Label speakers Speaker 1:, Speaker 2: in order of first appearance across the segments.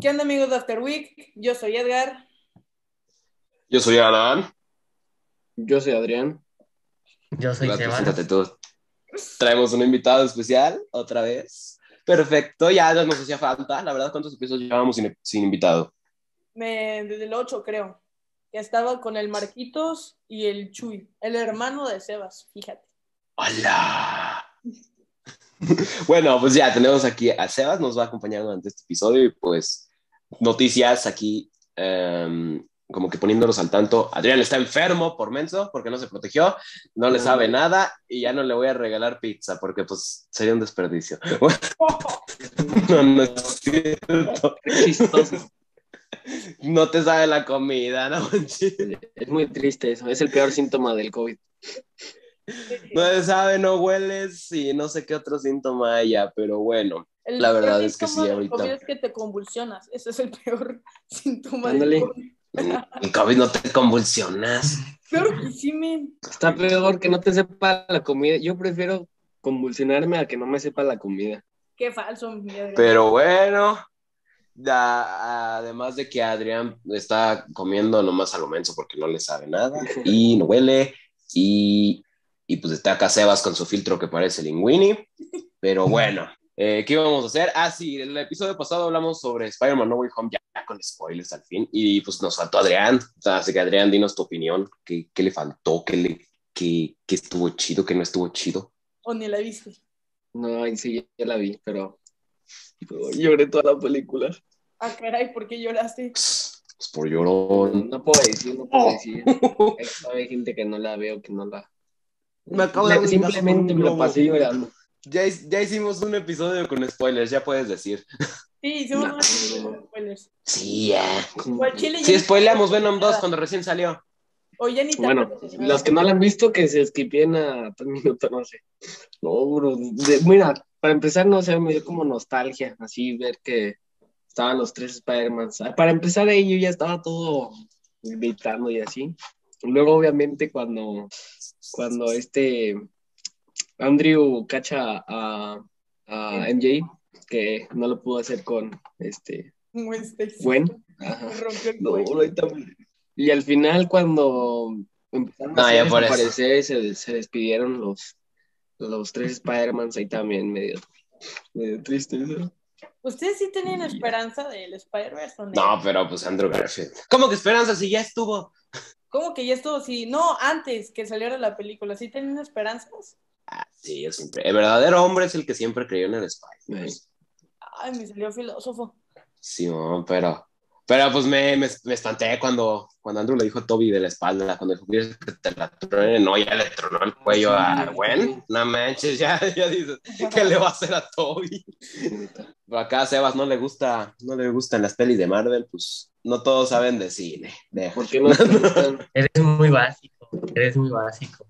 Speaker 1: ¿Qué onda amigos de After Week? Yo soy Edgar.
Speaker 2: Yo soy Alan.
Speaker 3: Yo soy Adrián.
Speaker 4: Yo soy
Speaker 2: Alan,
Speaker 4: Sebas.
Speaker 2: preséntate tú. Traemos un invitado especial otra vez. Perfecto, ya nos hacía falta. La verdad, ¿cuántos episodios llevábamos sin, sin invitado?
Speaker 1: Me- desde el 8 creo. Que estaba con el Marquitos y el Chuy, el hermano de Sebas, fíjate.
Speaker 2: ¡Hola! bueno, pues ya tenemos aquí a Sebas, nos va a acompañar durante este episodio y pues noticias aquí, em, como que poniéndonos al tanto. Adrián está enfermo por menso porque no se protegió, no le
Speaker 3: No.
Speaker 2: sabe nada y ya no le voy a regalar pizza porque pues sería un desperdicio. no, no es cierto.
Speaker 3: Chistoso.
Speaker 2: No te sabe la comida, no manches.
Speaker 3: es muy triste eso. Es el peor síntoma del COVID.
Speaker 2: No te Pues, sabe, no hueles y no sé qué otro síntoma haya, pero bueno.
Speaker 1: El
Speaker 2: La
Speaker 1: peor
Speaker 2: verdad es que
Speaker 1: síntoma
Speaker 2: sí,
Speaker 1: del
Speaker 2: ahorita.
Speaker 1: COVID es que te convulsionas. Ese es el peor síntoma.
Speaker 3: Ándale.
Speaker 1: del COVID.
Speaker 2: El COVID no te convulsionas.
Speaker 1: Claro que sí, men.
Speaker 3: Está peor que no te sepa la comida. Yo prefiero convulsionarme a que no me sepa la comida.
Speaker 1: Qué falso, mi Edgar.
Speaker 2: Pero bueno, da- además de que Adrián está comiendo nomás a lo menso porque no le sabe nada y no huele y, y pues está acá Sebas con su filtro que parece Linguini. Pero bueno, eh, ¿qué íbamos a hacer? Ah, sí, el episodio pasado hablamos sobre Spider-Man No Way Home ya, ya con spoilers al fin y pues nos faltó Adrián. O sea, así que Adrián, dinos tu opinión. ¿Qué, qué le faltó? ¿Qué, le, qué, ¿Qué estuvo chido? ¿Qué no estuvo chido?
Speaker 1: O ni la viste.
Speaker 3: No, ahí sí, ya la vi, pero pero lloré toda la película.
Speaker 1: Ah, caray, ¿por qué lloraste?
Speaker 2: Pues por llorón.
Speaker 3: No puedo decir, no puedo decir. Hay- Hay gente que no la veo, que no la...
Speaker 2: Me acabo de dar un balazo
Speaker 3: Simplemente me
Speaker 2: por
Speaker 3: la
Speaker 2: un
Speaker 3: pasé
Speaker 2: globo.
Speaker 3: llorando.
Speaker 2: Ya, his- ya hicimos un episodio con spoilers, ya puedes decir.
Speaker 1: Sí, hicimos
Speaker 3: No.
Speaker 1: una spoilers.
Speaker 2: Sí, ya.
Speaker 1: O al chile
Speaker 2: Sí,
Speaker 1: ya-
Speaker 2: spoileamos Venom 2 cuando recién salió.
Speaker 1: O ya ni te
Speaker 3: Bueno,
Speaker 1: acuerdas.
Speaker 3: los que no la han visto, que se esquipen a tres minutos, no sé. No, bro. de- mira, para empezar, no sé, me dio como nostalgia, así ver que estaban los tres Spider-Mans. Ah, Para empezar ahí, yo ya estaba todo gritando y así. Luego, obviamente, cuando, cuando este Andrew cacha a, a MJ, que no lo pudo hacer con este
Speaker 1: Como este, sí,
Speaker 3: Gwen. Ajá.
Speaker 1: rompió el
Speaker 3: No,
Speaker 1: cuello.
Speaker 3: no, ahí está. Y al final, cuando empezaron
Speaker 2: No,
Speaker 3: a
Speaker 2: ya
Speaker 3: hacer
Speaker 2: por eso.
Speaker 3: desaparecer, se, se despidieron los, los tres Spider-Mans ahí también, medio, medio triste. ¿no?
Speaker 1: ¿Ustedes sí tenían esperanza del Spider-Verse? o
Speaker 2: No, pero pues Andrew Garfield. ¿Cómo que esperanza si ya estuvo?
Speaker 1: ¿Cómo que ya estuvo? Sí, no, antes que saliera la película, ¿sí tenían esperanzas?
Speaker 2: Ah, sí, yo siempre. El verdadero hombre es el que siempre creyó en el Spider-Man.
Speaker 3: Sí.
Speaker 1: Ay, me salió filósofo.
Speaker 2: Sí, no, pero. Pero pues me, me, me espanté cuando, cuando Andrew le dijo a Toby de la espalda, cuando dijo "¿Quieres que te la truene, no, ya le tronó el cuello a Gwen. No manches, ya, ya dices, ¿qué le va a hacer a Toby? Por acá a Sebas no le gusta, no le gustan las pelis de Marvel, pues no todos saben de cine. Deja.
Speaker 3: ¿Por qué no?
Speaker 4: Eres muy básico. Eres muy básico.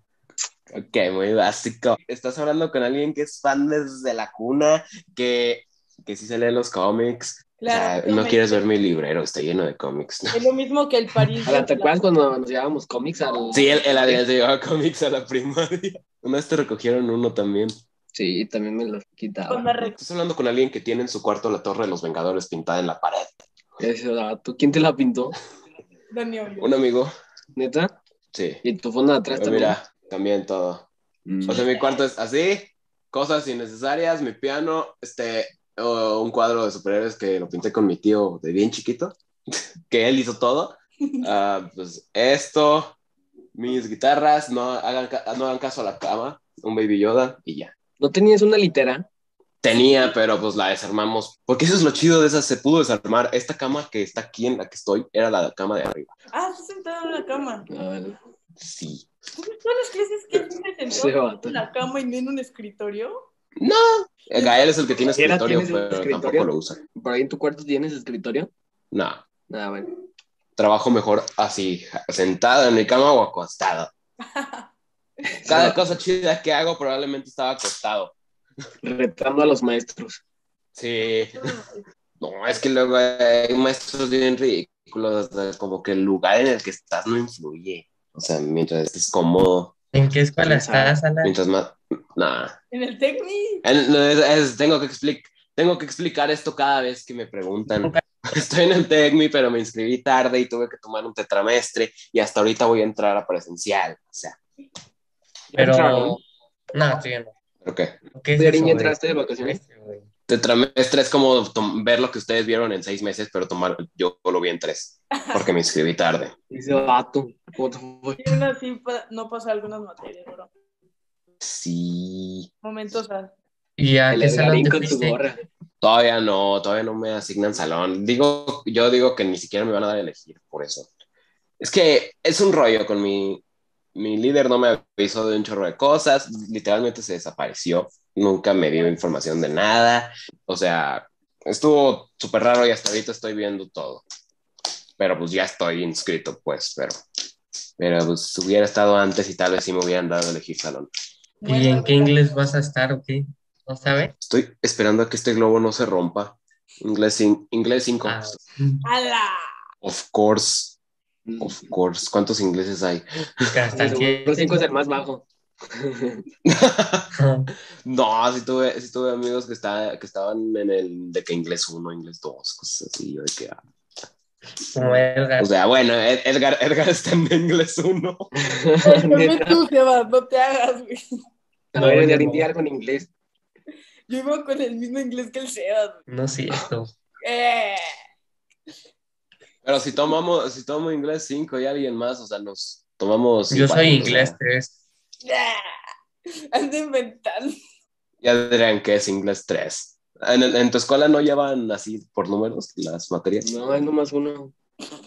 Speaker 2: Ok, muy básico. Estás hablando con alguien que es fan desde la cuna, que, que sí se lee los cómics. O sea,
Speaker 1: Claro,
Speaker 2: no
Speaker 1: me-
Speaker 2: quieres ver mi librero, está lleno de cómics.
Speaker 1: Es lo mismo que el París.
Speaker 3: Ahora, ¿Te acuerdas cuando nos llevábamos cómics al...
Speaker 2: Sí, el, el Adrián se llevaba cómics a la primaria. Una vez te recogieron uno también.
Speaker 3: Sí, también me los quitaba.
Speaker 1: Cuando re-
Speaker 2: Estás hablando con alguien que tiene en su cuarto la Torre de los Vengadores pintada en la pared.
Speaker 3: Ese dato. "Ah, ¿Quién te la pintó?
Speaker 1: Dani Olmo.
Speaker 2: Un amigo,
Speaker 3: ¿Neta?
Speaker 2: sí.
Speaker 3: ¿Y tu fondo de atrás
Speaker 2: Pero
Speaker 3: también?
Speaker 2: Pues mira, también todo.
Speaker 3: Mm.
Speaker 2: O sea, mi cuarto es así, cosas innecesarias, mi piano, este, o un cuadro de superhéroes que lo pinté con mi tío de bien chiquito, que él hizo todo. Ah, pues esto, mis guitarras, no hagan, ca- no hagan caso a la cama, un baby Yoda y ya.
Speaker 3: ¿No tenías una litera?
Speaker 2: Tenía, pero pues la desarmamos. Porque eso es lo chido de esa, se pudo desarmar. Esta cama que está aquí en la que estoy era la cama de arriba.
Speaker 1: Ah, se sentado en la cama.
Speaker 3: No,
Speaker 2: Sí.
Speaker 1: ¿Todas las clases que tienes
Speaker 3: ese
Speaker 1: sentado
Speaker 3: vato.
Speaker 1: en la cama y no en un escritorio?
Speaker 2: No, Gael es el que tiene
Speaker 3: Siquiera
Speaker 2: escritorio,
Speaker 3: tienes un
Speaker 2: pero tampoco
Speaker 3: escritorio.
Speaker 2: lo usa.
Speaker 3: ¿Por ahí en tu cuarto tienes escritorio?
Speaker 2: No.
Speaker 3: Ah, bueno.
Speaker 2: trabajo mejor así, sentado en mi cama o acostado. Cada cosa chida que hago probablemente estaba acostado.
Speaker 3: Retando a los maestros.
Speaker 2: Sí. No, es que luego hay maestros bien ridículos, o sea, como que el lugar en el que estás no influye. O sea, mientras estés cómodo,
Speaker 4: ¿En qué escuela
Speaker 3: ¿Quién sabe?
Speaker 4: estás, Ana?
Speaker 2: mientras más... Nada.
Speaker 1: En el Tecni.
Speaker 2: En- no, es- es- tengo, que expli- tengo que explicar esto cada vez que me preguntan. Estoy en el TECMI, pero me inscribí tarde y tuve que tomar un tetramestre y hasta ahorita voy a entrar a presencial. O sea,
Speaker 4: Pero.
Speaker 3: ¿Entraron?
Speaker 4: No, estoy bien.
Speaker 2: ¿pero qué?
Speaker 4: ¿Qué es
Speaker 3: Yariña,
Speaker 4: eso, güey?
Speaker 3: ¿entraste de vacaciones?
Speaker 4: Este, güey.
Speaker 2: Tetramestre es como tom- ver lo que ustedes vieron en seis meses, pero tomar yo lo vi en tres, porque me inscribí tarde.
Speaker 3: Dice vato. puta, güey.
Speaker 1: Y aún así pa- no pasó algunas materias, bro.
Speaker 2: Sí.
Speaker 1: Momentos. ah,
Speaker 4: ¿Y a
Speaker 3: El
Speaker 4: qué salón
Speaker 3: Edgarín
Speaker 4: te
Speaker 3: con tu
Speaker 4: fuiste?
Speaker 3: gorra.
Speaker 2: Todavía no, todavía no me asignan salón. Digo, yo digo que ni siquiera me van a dar a elegir por eso. Es que es un rollo con mi, mi líder, no me avisó de un chorro de cosas, literalmente se desapareció, nunca me dio información de nada, o sea, estuvo súper raro y hasta ahorita estoy viendo todo. Pero pues ya estoy inscrito, pues, pero, pero pues hubiera estado antes y tal vez sí me hubieran dado a elegir salón.
Speaker 4: ¿Y en qué inglés vas a estar o qué? ¿No sabes?
Speaker 2: Estoy esperando a que este globo no se rompa. Inglés cin- inglés 5.
Speaker 4: Ah,
Speaker 1: ¡Hala!
Speaker 2: Of course,
Speaker 3: Mm. Pues,
Speaker 2: of course. ¿Cuántos ingleses hay?
Speaker 4: que hasta el
Speaker 3: Los cinco es el más bajo.
Speaker 2: No, sí tuve, sí tuve amigos que, está, que estaban en el de que inglés 1, inglés 2, cosas así. yo de que, ah.
Speaker 4: Como Edgar.
Speaker 2: O sea, bueno, Ed- Edgar, Edgar está en inglés 1.
Speaker 1: También tú, Sebas, no te hagas, güey.
Speaker 3: No
Speaker 4: No,
Speaker 3: eres de
Speaker 4: no.
Speaker 3: limpiar con inglés.
Speaker 1: Yo iba con el mismo inglés que el Sebas, güey.
Speaker 4: No es cierto.
Speaker 3: ah,
Speaker 1: Eh,
Speaker 2: Pero si tomamos, si tomo inglés 5 y alguien más, o sea, nos
Speaker 3: pues
Speaker 2: tomamos.
Speaker 4: Yo
Speaker 2: igual, o
Speaker 4: soy
Speaker 2: sea.
Speaker 4: inglés 3.
Speaker 1: eh. Ando inventando.
Speaker 2: Y Adrián, que es inglés 3. ¿En, el- en tu escuela no llevan así por números las materias?
Speaker 3: No, es nomás uno.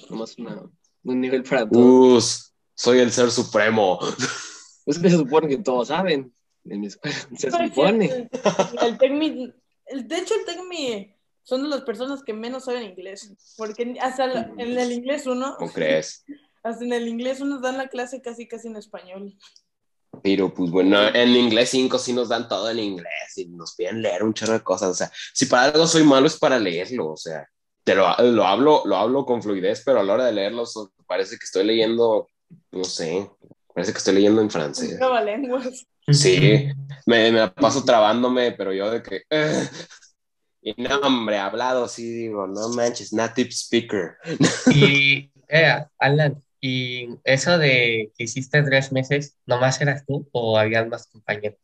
Speaker 3: Nomás una. Un nivel para todos.
Speaker 2: Us, soy el ser supremo.
Speaker 3: Es que se supone que todos saben. En mi escuela.
Speaker 1: Pues
Speaker 3: Se supone.
Speaker 1: El Tecmi, el, de hecho, el Tecmi son de las personas que menos saben inglés. Porque hasta la- en el inglés uno,
Speaker 2: ¿Cómo crees?
Speaker 1: hasta en el inglés uno dan la clase casi casi en español.
Speaker 2: Pero pues bueno, en inglés 5 sí nos dan todo en inglés y nos piden leer un chorro de cosas. O sea, si para algo soy malo es para leerlo. O sea, te lo, lo hablo, lo hablo con fluidez, pero a la hora de leerlo so- parece que estoy leyendo, no sé, parece que estoy leyendo en francés.
Speaker 1: Nueva lenguas.
Speaker 2: Sí. Me, me la paso trabándome, pero yo de que. "Ugh". Y no, hombre, hablado sí digo, no manches, native speaker.
Speaker 4: Y, eh, Alan, ¿y eso de que hiciste tres meses, nomás eras tú o habían más compañeros?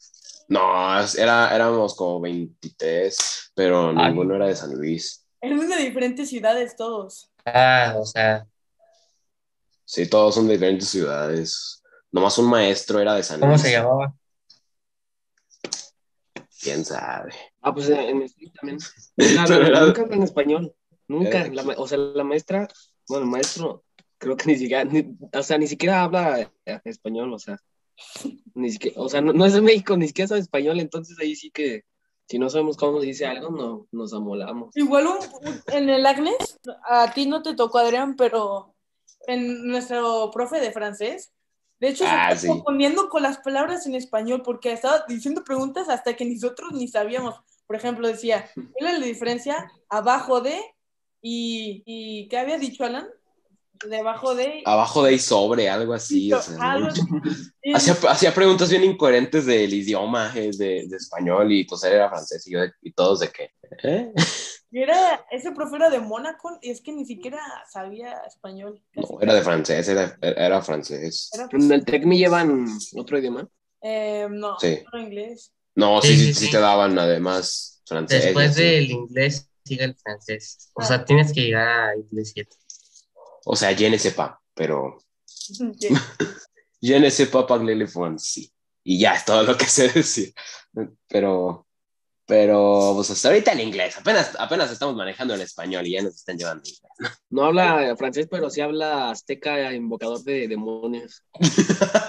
Speaker 2: No, es- era, éramos como 23, pero
Speaker 4: Ay.
Speaker 2: ninguno era de San Luis.
Speaker 1: Eran de diferentes ciudades todos.
Speaker 4: Ah, o sea,
Speaker 2: Sí, todos son de diferentes ciudades. Nomás un maestro era de San
Speaker 4: ¿cómo
Speaker 2: Luis.
Speaker 3: Pues,
Speaker 4: se llamaba?
Speaker 2: ¿Quién sabe?
Speaker 3: Ah, pues eh, en mi escuela también.
Speaker 2: Pero
Speaker 3: Nunca,
Speaker 2: era-
Speaker 3: nunca hablan español. Nunca.
Speaker 2: Era-
Speaker 3: La ma- o sea, la maestra. Bueno, el maestro. Creo que ni siquiera. ni- o sea, ni siquiera habla eh, español. O sea. Ni siquiera. O sea, no, no es de México. Ni siquiera sabe español. Entonces ahí sí que. Si no sabemos cómo se dice algo, no, nos amolamos.
Speaker 1: Igual un- un- en el Agnes, a ti no te tocó, Adrián, pero en nuestro profe de francés, de hecho, se
Speaker 2: Ah, sí.
Speaker 1: estaba confundiendo con las palabras en español porque estaba diciendo preguntas hasta que nosotros ni sabíamos. Por ejemplo, decía, ¿cuál es la diferencia abajo de y, y qué había dicho Alan? Debajo de.
Speaker 2: Abajo de y sobre, algo así. Ah, o sea,
Speaker 1: algo
Speaker 2: ¿no?
Speaker 1: así. Y-
Speaker 2: hacía, hacía preguntas bien incoherentes del idioma, eh, de, de español, y pues él era francés, y yo, de- y todos de qué. ¿Eh?
Speaker 1: y era, ese profe era de Mónaco y es que ni siquiera sabía español. casi.
Speaker 2: No, era de francés, era, era francés.
Speaker 1: Era-
Speaker 3: En el TEC me llevan otro idioma.
Speaker 1: eh, no,
Speaker 2: Sí.
Speaker 1: solo inglés.
Speaker 2: No, sí,
Speaker 4: Sí,
Speaker 2: sí,
Speaker 4: sí,
Speaker 2: sí
Speaker 4: sí.
Speaker 2: te daban además francés.
Speaker 4: Después
Speaker 2: y así.
Speaker 4: del inglés sigue el francés. O sea, tienes que llegar a inglés 7.
Speaker 2: O sea, je ne sais pas, pero
Speaker 1: Sí.
Speaker 2: je ne sais pas parler le français. Y ya es todo lo que sé decir. Pero, pero, pues hasta ahorita el inglés. Apenas, apenas estamos manejando el español y ya nos están llevando el inglés.
Speaker 3: No habla francés, pero sí habla azteca, invocador de demonios.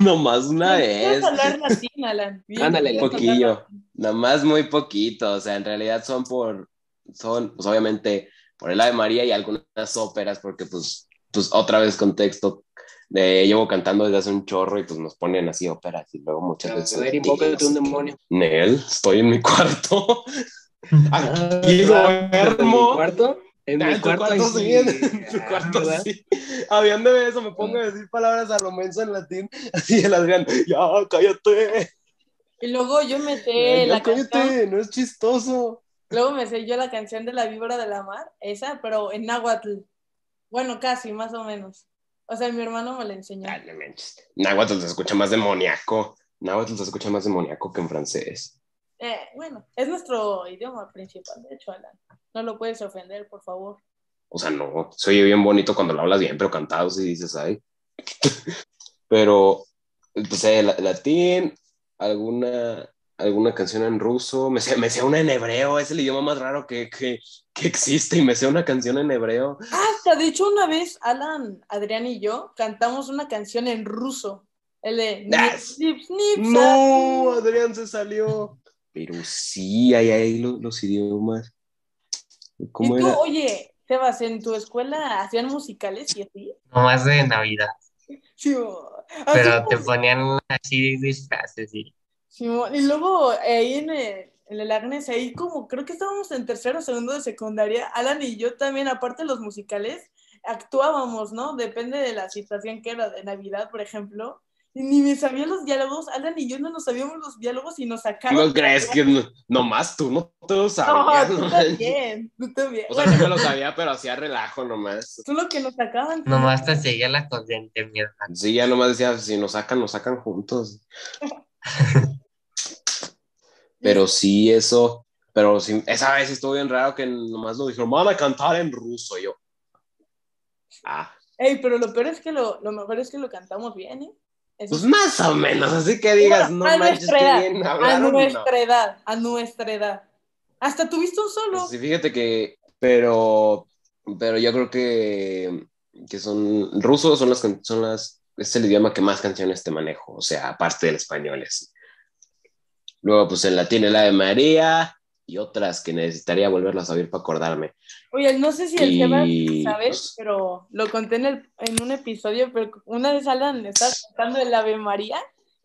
Speaker 2: Nomás una vez.
Speaker 1: Puedes hablar latín, Alan. Bien,
Speaker 3: Ándale,
Speaker 1: puedes
Speaker 2: Un
Speaker 1: hablar
Speaker 2: poquillo.
Speaker 1: latín.
Speaker 2: Nomás muy poquito. O sea, en realidad son por, son, pues obviamente, por el Ave María y algunas óperas, porque pues, pues otra vez contexto. De, llevo cantando desde hace un chorro y pues nos ponen así óperas y luego muchas
Speaker 3: A
Speaker 2: veces.
Speaker 3: ver, invócate un demonio.
Speaker 2: Nel, estoy en mi cuarto. Aquí
Speaker 3: Ah, ¿En mi
Speaker 2: duermo.
Speaker 3: cuarto? En
Speaker 2: Ah,
Speaker 3: mi
Speaker 2: tu
Speaker 3: cuarto,
Speaker 2: cuarto
Speaker 3: ahí
Speaker 2: sí, en tu
Speaker 3: Ah,
Speaker 2: cuarto
Speaker 3: ¿verdad?
Speaker 2: sí. Habían de ver eso, me pongo a decir palabras a lo menso en latín. Así el Adrián, ya, cállate.
Speaker 1: Y luego yo me sé
Speaker 2: ya,
Speaker 1: la
Speaker 2: cállate,
Speaker 1: canción.
Speaker 2: no es chistoso.
Speaker 1: Luego me sé yo la canción de la víbora de la mar, esa, pero en náhuatl. Bueno, casi, más o menos. O sea, mi hermano me la enseñó.
Speaker 2: Ay, no manches. Náhuatl se escucha más demoníaco. Náhuatl se escucha más demoníaco que en francés.
Speaker 1: Eh, bueno, es nuestro idioma principal, de hecho, Alan. No lo puedes ofender, por favor.
Speaker 2: O sea, no, se oye bien bonito cuando lo hablas bien, pero cantado sí dices, ay. pero, pues, eh, la- latín, alguna, alguna canción en ruso, me sé, me sé una en hebreo, es el idioma más raro que, que, que existe y me sé una canción en hebreo.
Speaker 1: Ah, Hasta, de hecho, una vez Alan, Adrián y yo cantamos una canción en ruso. El de...
Speaker 2: Ah,
Speaker 1: "Nip, snip, snip,
Speaker 2: No,
Speaker 1: snap".
Speaker 2: Adrián se salió. Pero sí, hay ahí lo- los, idiomas.
Speaker 1: Y
Speaker 2: ¿Cómo
Speaker 1: tú,
Speaker 2: era?
Speaker 1: oye, Sebas, ¿en tu escuela hacían musicales y así?
Speaker 4: Nomás de Navidad.
Speaker 1: Sí, o-
Speaker 4: Pero
Speaker 1: así
Speaker 4: te
Speaker 1: como-
Speaker 4: ponían así disfraces y
Speaker 1: Simón, y luego ahí en el, en el Agnes, ahí como creo que estábamos en tercero o segundo de secundaria, Alan y yo también, aparte de los musicales, actuábamos, ¿no? Depende de la situación que era de Navidad, por ejemplo. Y ni me sabía los diálogos, Alan y yo no nos sabíamos los diálogos y nos sacaron.
Speaker 2: ¿No crees que no- nomás tú no te lo
Speaker 1: No,
Speaker 2: sabías?
Speaker 1: tú
Speaker 2: no manches?
Speaker 1: también, tú también.
Speaker 2: O sea,
Speaker 1: Bueno,
Speaker 2: yo me lo sabía, pero hacía relajo nomás.
Speaker 1: tú lo que nos sacaban.
Speaker 4: nomás te seguía la corriente, mierda.
Speaker 2: Sí, ya nomás decía, si nos sacan, nos sacan juntos. Pero sí, eso. Pero sí, esa vez estuvo bien raro que nomás nos dijeron, van a cantar en ruso. Y yo, ah,
Speaker 1: Ey, pero lo peor es que lo, lo mejor es que lo cantamos bien, ¿eh? Eso
Speaker 2: pues más o menos. Así que digas, no
Speaker 1: a
Speaker 2: manches,
Speaker 1: nuestra edad,
Speaker 2: qué bien
Speaker 1: A
Speaker 2: hablaron. no.
Speaker 1: nuestra edad, a nuestra edad. Hasta tuviste un solo.
Speaker 2: Pues Sí, fíjate que, pero, pero yo creo que, que son rusos, son las, can- son las, es el idioma que más canciones te manejo, o sea, aparte del español. es. Luego, pues en latín el Ave María y otras que necesitaría volverlas a oír para acordarme.
Speaker 1: Oye, no sé si el
Speaker 2: Y- pues
Speaker 1: Sebas sabes, pero lo conté en, el- en un episodio, pero una vez Alan estaba cantando el Ave María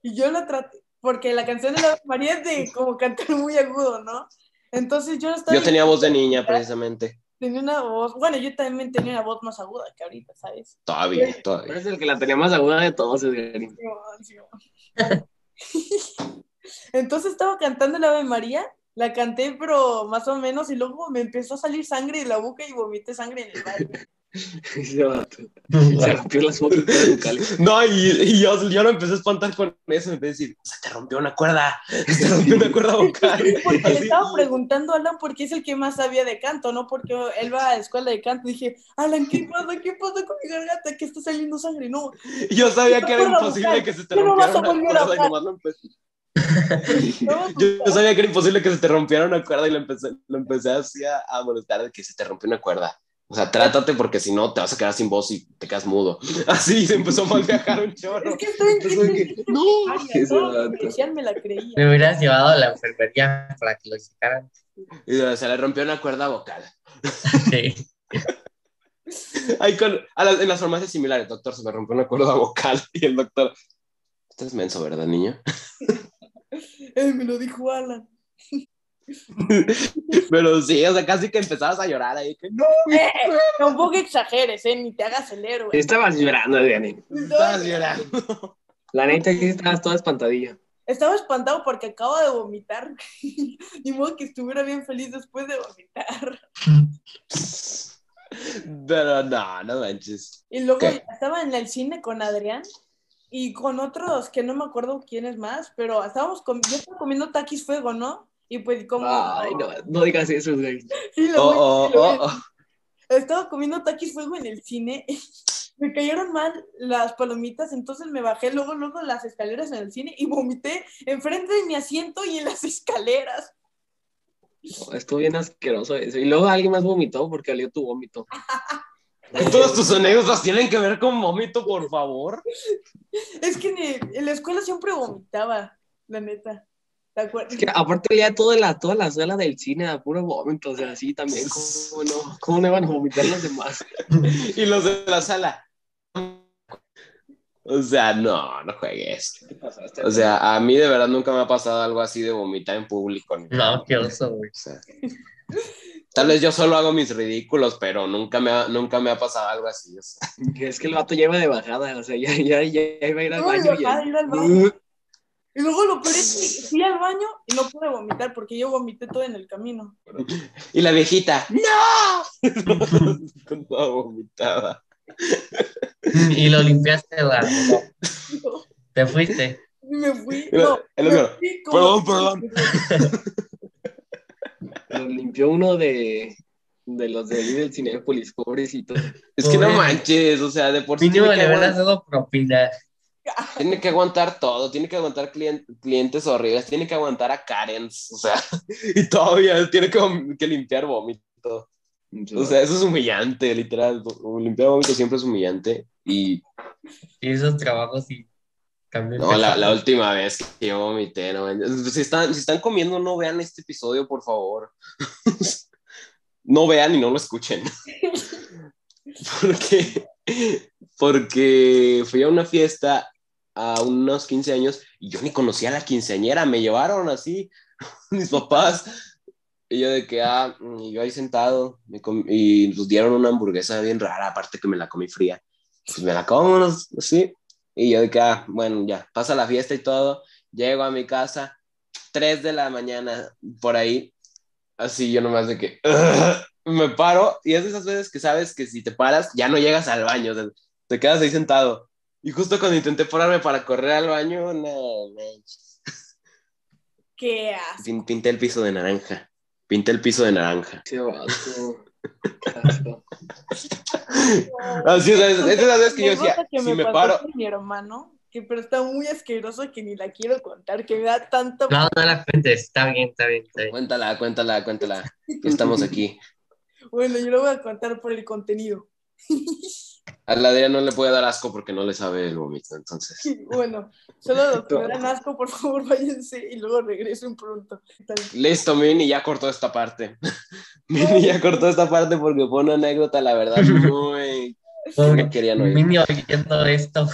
Speaker 1: y yo lo traté, porque la canción del Ave María es de como cantar muy agudo, ¿no? Entonces yo lo estaba...
Speaker 2: Yo tenía voz de niña, precisamente.
Speaker 1: Tenía una voz, bueno, yo también tenía una voz más aguda que ahorita, ¿sabes?
Speaker 2: Todavía,
Speaker 3: Pero
Speaker 2: todavía.
Speaker 3: es el que la tenía más aguda de todos, Edgarín.
Speaker 1: Simón, Simón. Entonces estaba cantando el Ave María, la canté, pero más o menos, y luego me empezó a salir sangre de la boca y vomité sangre en el baño.
Speaker 3: Se rompió- se rompió las boquitas bucales.
Speaker 2: No, y, y yo, yo lo empecé a espantar con eso, me empecé a decir, se te rompió una cuerda, se te rompió una cuerda vocal.
Speaker 1: Porque le
Speaker 2: Así.
Speaker 1: estaba preguntando a Alan por qué es el que más sabía de canto, ¿no? Porque él va a la escuela de canto. Dije, Alan, ¿qué pasa? ¿Qué pasa con mi garganta? Que está saliendo sangre. No,
Speaker 2: Y Yo sabía que era
Speaker 1: Yo no voy a
Speaker 2: imposible
Speaker 1: buscar.
Speaker 2: que se te
Speaker 1: Yo no
Speaker 2: rompiera
Speaker 1: vas a
Speaker 2: una
Speaker 1: volver a
Speaker 2: cuerda y
Speaker 1: hablar.
Speaker 2: nomás lo empecé.
Speaker 1: no,
Speaker 2: Yo sabía que era imposible que se te rompiera una cuerda y lo empecé, lo empecé así a, a molestar de que se te rompió una cuerda. O sea, trátate porque si no te vas a quedar sin voz y te quedas mudo. Así se empezó a mal viajar un
Speaker 1: es
Speaker 2: chorro.
Speaker 1: que estoy en
Speaker 3: Entonces,
Speaker 1: quinto
Speaker 3: que-
Speaker 2: No.
Speaker 1: primaria, todo lo que me decían me la
Speaker 4: Me
Speaker 1: creía.
Speaker 4: hubieras llevado a la enfermería para que lo checaran.
Speaker 2: Y se le rompió una cuerda vocal.
Speaker 4: Sí.
Speaker 2: Ahí con, a las- en las farmacias similares, doctor, se me rompió una cuerda vocal. Y el doctor, estás menso, ¿verdad, niño?
Speaker 1: Eh, me lo dijo Alan.
Speaker 2: Pero sí, o sea, casi que empezabas a llorar ahí. Que no,
Speaker 1: Eh, tampoco exageres, ¿eh? Ni te hagas el héroe.
Speaker 3: Estabas llorando, Edgarín.
Speaker 2: estabas llorando.
Speaker 3: La neta, que estabas toda espantadilla.
Speaker 1: Estaba espantado porque acaba de vomitar. Ni modo que estuviera bien feliz después de vomitar.
Speaker 2: Pero no, no manches.
Speaker 1: Y luego
Speaker 2: ¿Qué?
Speaker 1: estaba en el cine con Adrián y con otros que no me acuerdo quiénes más, pero estábamos com- yo estaba comiendo taquis fuego, ¿no? Y pues como...
Speaker 3: Ay, no, no digas eso, Edgarín.
Speaker 1: Sí, lo voy-
Speaker 2: Oh,
Speaker 1: sí,
Speaker 2: oh,
Speaker 1: lo voy-
Speaker 2: oh, oh.
Speaker 1: Estaba comiendo taquis fuego en el cine. Me cayeron mal las palomitas, entonces me bajé luego, luego las escaleras en el cine y vomité enfrente de mi asiento y en las escaleras.
Speaker 3: No, estuvo bien asqueroso eso. Y luego alguien más vomitó porque olió tu vómito.
Speaker 2: Todas tus anécdotas tienen que ver con vómito, por favor.
Speaker 1: Es que en, el- en la escuela siempre vomitaba, la neta. ¿Te acuerdas?
Speaker 3: Es que aparte olía toda la, toda la suela del cine a puro vómito. O sea, sí, también. ¿Cómo no? ¿Cómo no iban a vomitar los demás?
Speaker 2: Y los de la sala. O sea, no, no juegues.
Speaker 3: ¿Qué pasaste?
Speaker 2: O sea, a mí de verdad nunca me ha pasado algo así de vomitar en público. ni nada.
Speaker 4: No, qué oso, güey.
Speaker 2: O sea, tal vez yo solo hago mis ridículos, pero nunca me ha, nunca me ha pasado algo así. o sea.
Speaker 3: es que el vato ya iba de bajada. O sea, ya, ya, ya iba a ir al
Speaker 1: No,
Speaker 3: baño.
Speaker 1: iba a
Speaker 3: y-
Speaker 1: ir al baño. Y luego lo peor es que fui al baño y no pude vomitar porque yo vomité todo en el camino.
Speaker 2: Y la viejita, ¡No! Con toda vomitada.
Speaker 4: Y lo limpiaste, Eduardo.
Speaker 1: No,
Speaker 4: Te fuiste.
Speaker 1: me fui.
Speaker 2: El-
Speaker 1: No,
Speaker 2: el
Speaker 1: me
Speaker 2: otro,
Speaker 1: fui como-
Speaker 2: "Perdón,
Speaker 3: Lo limpió uno de, de los de ahí del Cinepolis, pobrecito.
Speaker 2: Es que no
Speaker 4: Pobre.
Speaker 2: manches, o sea, de por sí
Speaker 4: Mínimo
Speaker 2: tiene que,
Speaker 4: le hubieras
Speaker 2: aguantar,
Speaker 4: dado propina.
Speaker 2: tiene que aguantar todo, tiene que aguantar clien- clientes horribles, tiene que aguantar a Karens, o sea, y todavía tiene que, vom- que limpiar vómito. O sea, eso es humillante, literal. Limpiar vómito siempre es humillante. Y
Speaker 4: Y esos trabajos y también.
Speaker 2: No, la, la última vez que yo vomité, no. Si están, si están comiendo, no vean este episodio, por favor. No vean y no lo escuchen. Porque, porque fui a una fiesta a unos 15 años y yo ni conocía a la quinceañera, me llevaron así mis papás. Y yo de que, ah, y yo ahí sentado, me com- y nos dieron una hamburguesa bien rara, aparte que me la comí fría. Pues me la como, no- así. Y yo de que, ah, bueno, ya, pasa la fiesta y todo. Llego a mi casa, 3 de la mañana, por ahí. Así yo nomás de que, me paro. Y es de esas veces que sabes que si te paras, ya no llegas al baño. o sea, te quedas ahí sentado. Y justo cuando intenté pararme para correr al baño, no, manches.
Speaker 1: Qué asco.
Speaker 2: Pin- pinté el piso de naranja. Pinté el piso de naranja.
Speaker 3: Qué vato. Qué asco.
Speaker 2: Así es, es, es de las veces que yo
Speaker 1: Anécdota
Speaker 2: decía,
Speaker 1: que
Speaker 2: si me
Speaker 1: pasó
Speaker 2: paro,
Speaker 1: con Mi hermano, que pero está muy asqueroso que ni la quiero contar, que me da tanto.
Speaker 4: No, no la cuentes. Está bien, está bien, está bien.
Speaker 2: cuéntala, cuéntala, cuéntala. que Estamos aquí.
Speaker 1: Bueno, yo lo voy a contar por el contenido.
Speaker 2: A la Adriana no le puede dar asco porque no le sabe el vómito, entonces.
Speaker 1: Bueno, solo los que me
Speaker 3: Todo.
Speaker 1: dan asco, por favor, váyanse y luego regresen pronto. Tal-
Speaker 2: Listo, Mini ya cortó esta parte. Mini ya cortó esta parte porque fue una anécdota, la verdad, muy...
Speaker 4: Pobre
Speaker 2: No querían oír.
Speaker 4: Mini oyendo esto.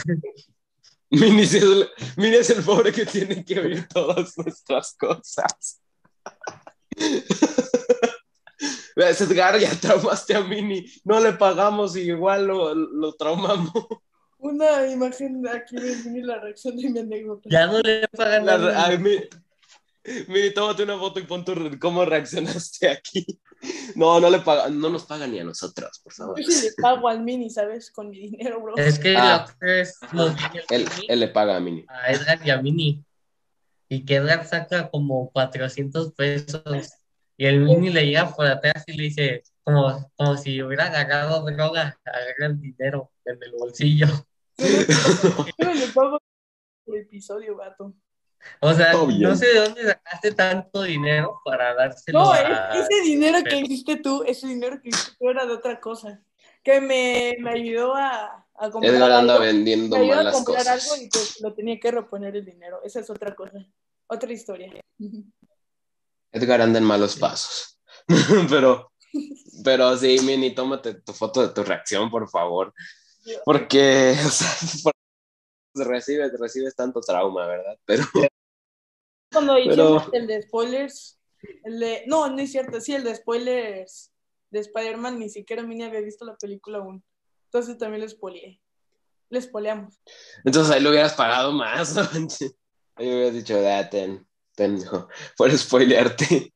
Speaker 2: Mini sí es, el, Mini es el pobre que tiene que oír todas nuestras cosas. Ves, Edgar, ya traumaste a Mini. No le pagamos y igual lo, lo traumamos.
Speaker 1: Una imagen de aquí me viene la reacción de mi anécdota.
Speaker 4: Ya no le pagan
Speaker 2: La re-
Speaker 4: nada.
Speaker 2: ay, mi- Mini, tómate una foto y pon tu re- cómo reaccionaste aquí. No, no le paga, no nos pagan ni a nosotros, por favor.
Speaker 1: Yo sí le pago al mini, ¿sabes? Con mi dinero, bro.
Speaker 4: Es que
Speaker 2: Ah.
Speaker 4: lo que es lo que
Speaker 2: Él,
Speaker 4: Mini
Speaker 2: él le paga a Mini.
Speaker 4: a Edgar y a Mini. Y que Edgar saca como 400 pesos. Y el Mini le llega por atrás y le dice, como, como si hubiera agarrado droga, agarra el dinero en el bolsillo.
Speaker 1: Yo le pago por episodio, vato.
Speaker 4: O sea,
Speaker 2: Todo bien.
Speaker 4: no sé de dónde sacaste tanto dinero para dárselo
Speaker 1: No,
Speaker 4: a...
Speaker 1: es- ese dinero que hiciste tú, ese dinero que hiciste tú era de otra cosa. Que me, me ayudó a, a comprar
Speaker 2: Edgar anda
Speaker 1: algo.
Speaker 2: vendiendo
Speaker 1: Me ayudó a
Speaker 2: malas
Speaker 1: comprar
Speaker 2: cosas.
Speaker 1: algo y pues lo tenía que reponer el dinero. Esa es otra cosa. Otra historia.
Speaker 2: Edgar anda en malos pasos. pero, pero sí, Mini, tómate tu foto de tu reacción, por favor. Porque, o sea, por- recibes, recibes tanto trauma, ¿verdad? Pero
Speaker 1: Cuando
Speaker 2: Pero-
Speaker 1: hicimos el de spoilers, el de... No, no es cierto, sí, el de spoilers de Spider-Man, ni siquiera Mini había visto la película aún. Entonces también les spoileé. Les spoileamos.
Speaker 2: entonces ahí lo hubieras pagado más. ¿no? ahí hubieras dicho, "Ah, ten, ten, hijo, por spoilearte.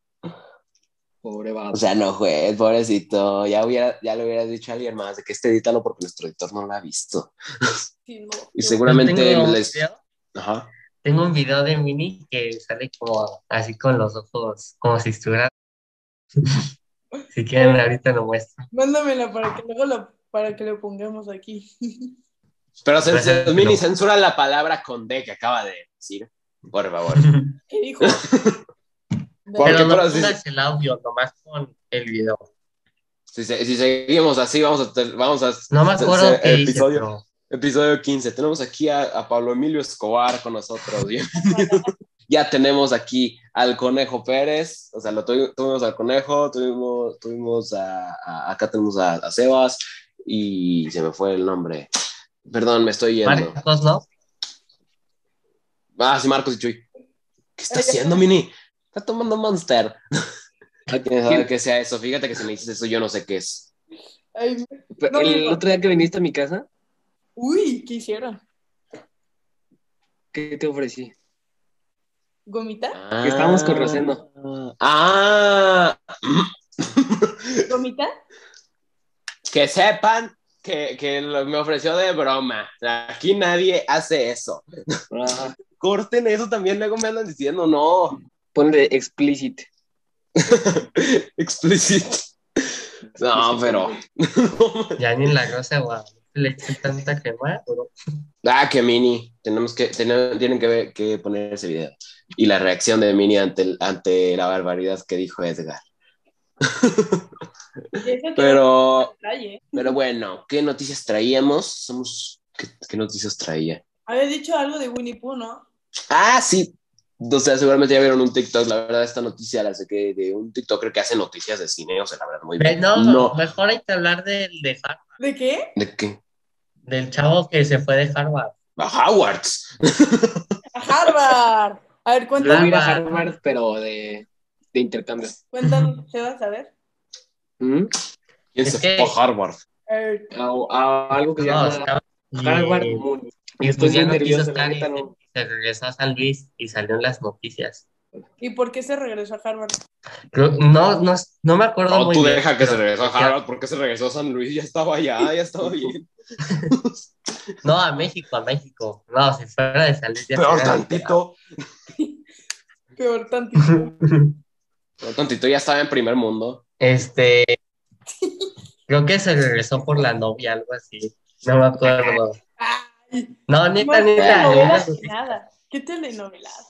Speaker 3: Pobre
Speaker 2: O
Speaker 3: vato.
Speaker 2: sea, no, juez, pobrecito. Ya, hubiera, ya le hubieras dicho a alguien más de que este edítalo porque nuestro editor no lo ha visto.
Speaker 1: Sí, no,
Speaker 2: Y
Speaker 1: yo-
Speaker 2: seguramente
Speaker 4: tengo, un
Speaker 2: les.
Speaker 4: video,
Speaker 2: Ajá.
Speaker 4: tengo un video de Mini que sale como así con los ojos, como si estuviera... si quieren, ahorita lo muestro.
Speaker 1: Mándamela para que luego la- para que lo pongamos aquí.
Speaker 2: Pero cen-
Speaker 4: Pues, eh,
Speaker 2: Mini
Speaker 4: no.
Speaker 2: censura la palabra con D que acaba de decir. Por favor.
Speaker 1: ¿Qué dijo?
Speaker 2: ¿Por
Speaker 4: Pero
Speaker 2: qué?
Speaker 4: no
Speaker 2: Pero sí-
Speaker 4: pongas el audio, nomás con el video.
Speaker 2: Si, se- si seguimos así, vamos a. ter- Vamos a
Speaker 4: No me acuerdo
Speaker 2: se-
Speaker 4: qué hice,
Speaker 2: episodio,
Speaker 4: pero-
Speaker 2: episodio 15. Tenemos aquí a, a Pablo Emilio Escobar con nosotros. bien. ya tenemos aquí al Conejo Pérez. O sea, lo tuvi- tuvimos al Conejo, tuvimos, tuvimos a, a- Acá tenemos a, a Sebas. Y se me fue el nombre. Perdón, me estoy yendo.
Speaker 4: Marcos, ¿no?
Speaker 2: Ah, sí, Marcos y Chuy. ¿Qué está
Speaker 1: Ay, ya.
Speaker 2: haciendo, Mini? Está tomando Monster. ¿Quién sabe
Speaker 3: ¿Quién?
Speaker 2: qué sea eso? Fíjate que si me dices eso, yo no sé qué es.
Speaker 1: Ay,
Speaker 3: Pero
Speaker 1: no,
Speaker 3: el
Speaker 1: no.
Speaker 3: otro día que viniste a mi casa,
Speaker 1: uy, ¿qué hicieron?
Speaker 3: ¿qué te ofrecí?
Speaker 1: ¿Gomita?
Speaker 2: Ah.
Speaker 3: Que estábamos corrociendo.
Speaker 2: Ah,
Speaker 1: ¿Gomita?
Speaker 2: que sepan que, que lo- me ofreció de broma. Aquí nadie hace eso.
Speaker 3: Ajá.
Speaker 2: Corten eso también, luego me andan diciendo, no.
Speaker 3: Ponle explicit.
Speaker 2: Explícito. No, pero.
Speaker 4: Ya ni en la rosa de Guadalupe le eché tanta crema, bro.
Speaker 2: Ah, que Mini. Tenemos que, tener- tienen que, ver- que poner ese video. Y la reacción de Mini ante, el- ante la barbaridad que dijo Edgar.
Speaker 1: Eso queda
Speaker 2: Pero,
Speaker 1: en detalle.
Speaker 2: pero bueno, ¿qué noticias traíamos? Somos, ¿qué, qué noticias traía?
Speaker 1: Habías dicho algo de Winnie Pooh, ¿no?
Speaker 2: Ah, sí. O sea, seguramente ya vieron un TikTok. La verdad, esta noticia la saqué de un TikToker que hace noticias de cine. O sea, la verdad, muy
Speaker 4: Ve,
Speaker 2: bien.
Speaker 4: No,
Speaker 2: No.
Speaker 4: mejor hay que hablar del de Har-
Speaker 1: ¿De qué?
Speaker 2: ¿De qué?
Speaker 4: del chavo que se fue de Harvard.
Speaker 2: A Howards.
Speaker 1: A Harvard. A ver,
Speaker 3: Yo voy a
Speaker 1: cuéntanos,
Speaker 3: ir a
Speaker 4: Harvard.
Speaker 3: Harvard, pero de, de intercambio.
Speaker 1: cuéntanos, Sebas, a ver.
Speaker 3: ¿Mm?
Speaker 2: ¿Quién
Speaker 4: Es
Speaker 2: se
Speaker 4: que-
Speaker 2: fue a Harvard?
Speaker 1: A ver,
Speaker 3: A, a algo que se
Speaker 4: No,
Speaker 3: llama
Speaker 4: estaba- y-
Speaker 3: Harvard
Speaker 4: y
Speaker 3: Moon. Y estoy
Speaker 4: pues ya
Speaker 3: bien
Speaker 4: no quiso
Speaker 3: nervioso, la
Speaker 4: estar y
Speaker 3: neta, no.
Speaker 4: se regresó a San Luis y salió en las noticias.
Speaker 1: ¿Y por qué se regresó a Harvard?
Speaker 4: Creo- no, no, no me acuerdo
Speaker 2: No,
Speaker 4: muy
Speaker 2: Oh, tú
Speaker 4: bien,
Speaker 2: deja que se
Speaker 4: pero-
Speaker 2: regresó a
Speaker 4: ya-
Speaker 2: Harvard. ¿Por qué se regresó a San Luis? Ya estaba allá, ya estaba bien.
Speaker 4: No, a México, a México. No, si fuera de San Luis ya
Speaker 2: Peor
Speaker 4: se hubiera
Speaker 2: tantito.
Speaker 1: Peor tantito.
Speaker 4: enterado.
Speaker 2: Peor tantito, ya estaba en primer mundo.
Speaker 4: Este, creo que se regresó por la novia, algo así. No me acuerdo.
Speaker 1: Ay,
Speaker 4: No,
Speaker 1: más
Speaker 4: neta, neta. en una
Speaker 1: telenovelas que
Speaker 4: noticia-
Speaker 1: nada. ¿Qué telenovelas?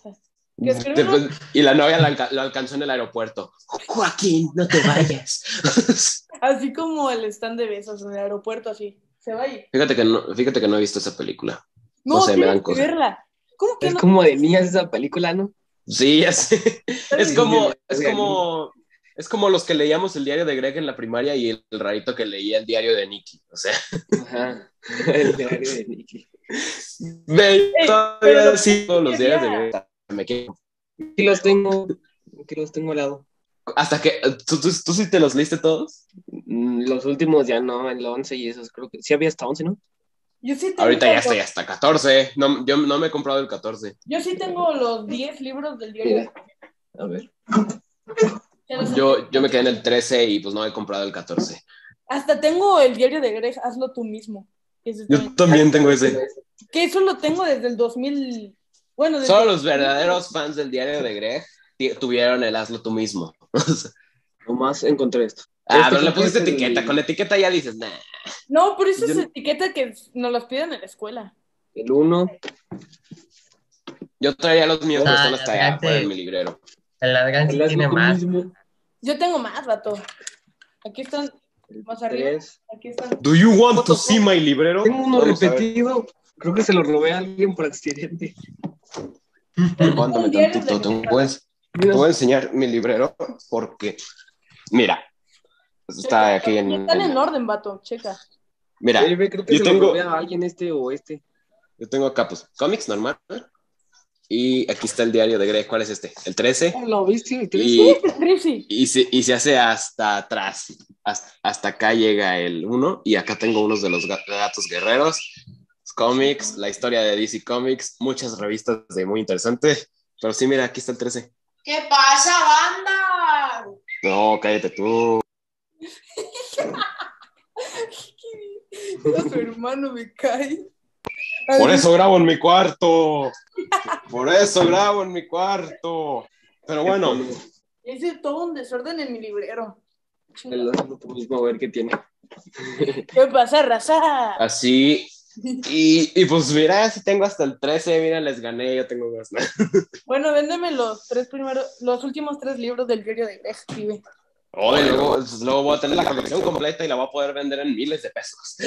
Speaker 1: Que escribe
Speaker 2: Después- y la novia la alca- lo alcanzó en el aeropuerto. Joaquín, no te vayas.
Speaker 1: Así como el stand de besos en el aeropuerto, así. Se va ahí.
Speaker 2: fíjate, que no, fíjate que no he visto esa película.
Speaker 1: No,
Speaker 2: No sé, me
Speaker 1: tienes
Speaker 2: dan
Speaker 1: que
Speaker 2: cosa.
Speaker 1: verla. ¿Cómo que
Speaker 3: Es
Speaker 1: no?
Speaker 3: como de niñas esa película, ¿no?
Speaker 2: Sí, ya sé. Es como, es
Speaker 3: Oigan.
Speaker 2: como, es como los que leíamos el diario de Greg en la primaria y el, el rarito que leía el diario de Nicky. O sea,
Speaker 3: Ajá. El diario de Nicky.
Speaker 2: ve,
Speaker 1: Ey, pero
Speaker 2: todavía
Speaker 1: lo
Speaker 2: sí, todos los
Speaker 1: quería.
Speaker 2: diarios de Greg. Me quedo-
Speaker 3: Aquí los tengo. Aquí los tengo al lado.
Speaker 2: Hasta que, ¿tú, tú, tú sí te los leíste todos?
Speaker 3: Mm, Los últimos ya no, el 11 y esos creo que. Sí había hasta 11, ¿no?
Speaker 1: Yo sí tengo
Speaker 2: Ahorita ya
Speaker 1: los-
Speaker 2: estoy hasta 14. No, yo no me he comprado el 14.
Speaker 1: Yo sí tengo los 10 libros del diario.
Speaker 3: A ver.
Speaker 1: de Greg.
Speaker 2: Yo, yo me quedé en el 13 y pues no he comprado el 14.
Speaker 1: Hasta tengo el diario de Greg, hazlo tú mismo. Que eso está-
Speaker 2: Yo también tengo ese.
Speaker 1: Que eso lo tengo desde el 2000. Bueno, desde-
Speaker 2: Solo los verdaderos fans del diario de Greg ti- tuvieron el hazlo tú mismo.
Speaker 3: Nomás encontré esto.
Speaker 2: ah,
Speaker 3: Este
Speaker 2: pero le
Speaker 3: creo que
Speaker 2: pusiste
Speaker 3: es el-
Speaker 2: etiqueta. Con la etiqueta ya dices, nah.
Speaker 1: No, pero eso
Speaker 3: Yo
Speaker 1: es
Speaker 3: no-
Speaker 1: etiqueta que nos las piden en la escuela.
Speaker 3: El 1.
Speaker 2: Yo traía los míos, pero
Speaker 4: Ah,
Speaker 2: están hasta allá
Speaker 4: espérate.
Speaker 2: afuera en mi librero.
Speaker 4: El Adrián sí
Speaker 3: El
Speaker 4: tiene más.
Speaker 1: Yo tengo más, vato. Aquí están, Más arriba.
Speaker 3: 3.
Speaker 1: aquí están.
Speaker 2: Do you want
Speaker 1: to see
Speaker 2: my librero?
Speaker 3: Tengo uno repetido. Creo que se lo robé a alguien por accidente.
Speaker 2: Aguántame
Speaker 1: Un diario
Speaker 2: tantito,
Speaker 1: de-
Speaker 2: te voy, a- te voy a enseñar mi librero porque, mira, Pues está aquí en...
Speaker 1: Están en
Speaker 2: en-
Speaker 1: orden, vato, checa.
Speaker 2: mira,
Speaker 3: Sí, ve, creo que
Speaker 2: yo
Speaker 3: se
Speaker 2: tengo-
Speaker 3: lo robé a alguien este o este.
Speaker 2: yo tengo acá, pues, cómics normal. Y aquí está el diario de Greg. ¿Cuál es este? El 13.
Speaker 3: Ah, ¿Lo viste? ¿El tres?
Speaker 2: Y,
Speaker 1: Tripsy.
Speaker 2: y se, y se hace hasta atrás. Hasta, hasta acá llega el uno. Y acá tengo unos de los ga- gatos guerreros. Cómics, la historia de DC Comics, muchas revistas de muy interesante. Pero sí, mira, aquí está el 13.
Speaker 5: ¿Qué pasa, banda?
Speaker 2: No, cállate tú.
Speaker 1: su hermano me cae.
Speaker 2: Por eso grabo en mi cuarto. Por eso grabo en mi cuarto. Pero bueno,
Speaker 1: Hice todo un desorden en mi librero.
Speaker 3: El hazlo tú mismo, a ver qué tiene.
Speaker 1: ¿Qué pasa, raza?
Speaker 2: así. Y, y pues mira, si tengo hasta el 13, mira, les gané, yo tengo más.
Speaker 1: Bueno, véndeme los tres primeros, los últimos tres libros del diario de Greg, pibe.
Speaker 2: Oh, y luego, pues, luego voy a tener la colección completa y la voy a poder vender en miles de pesos.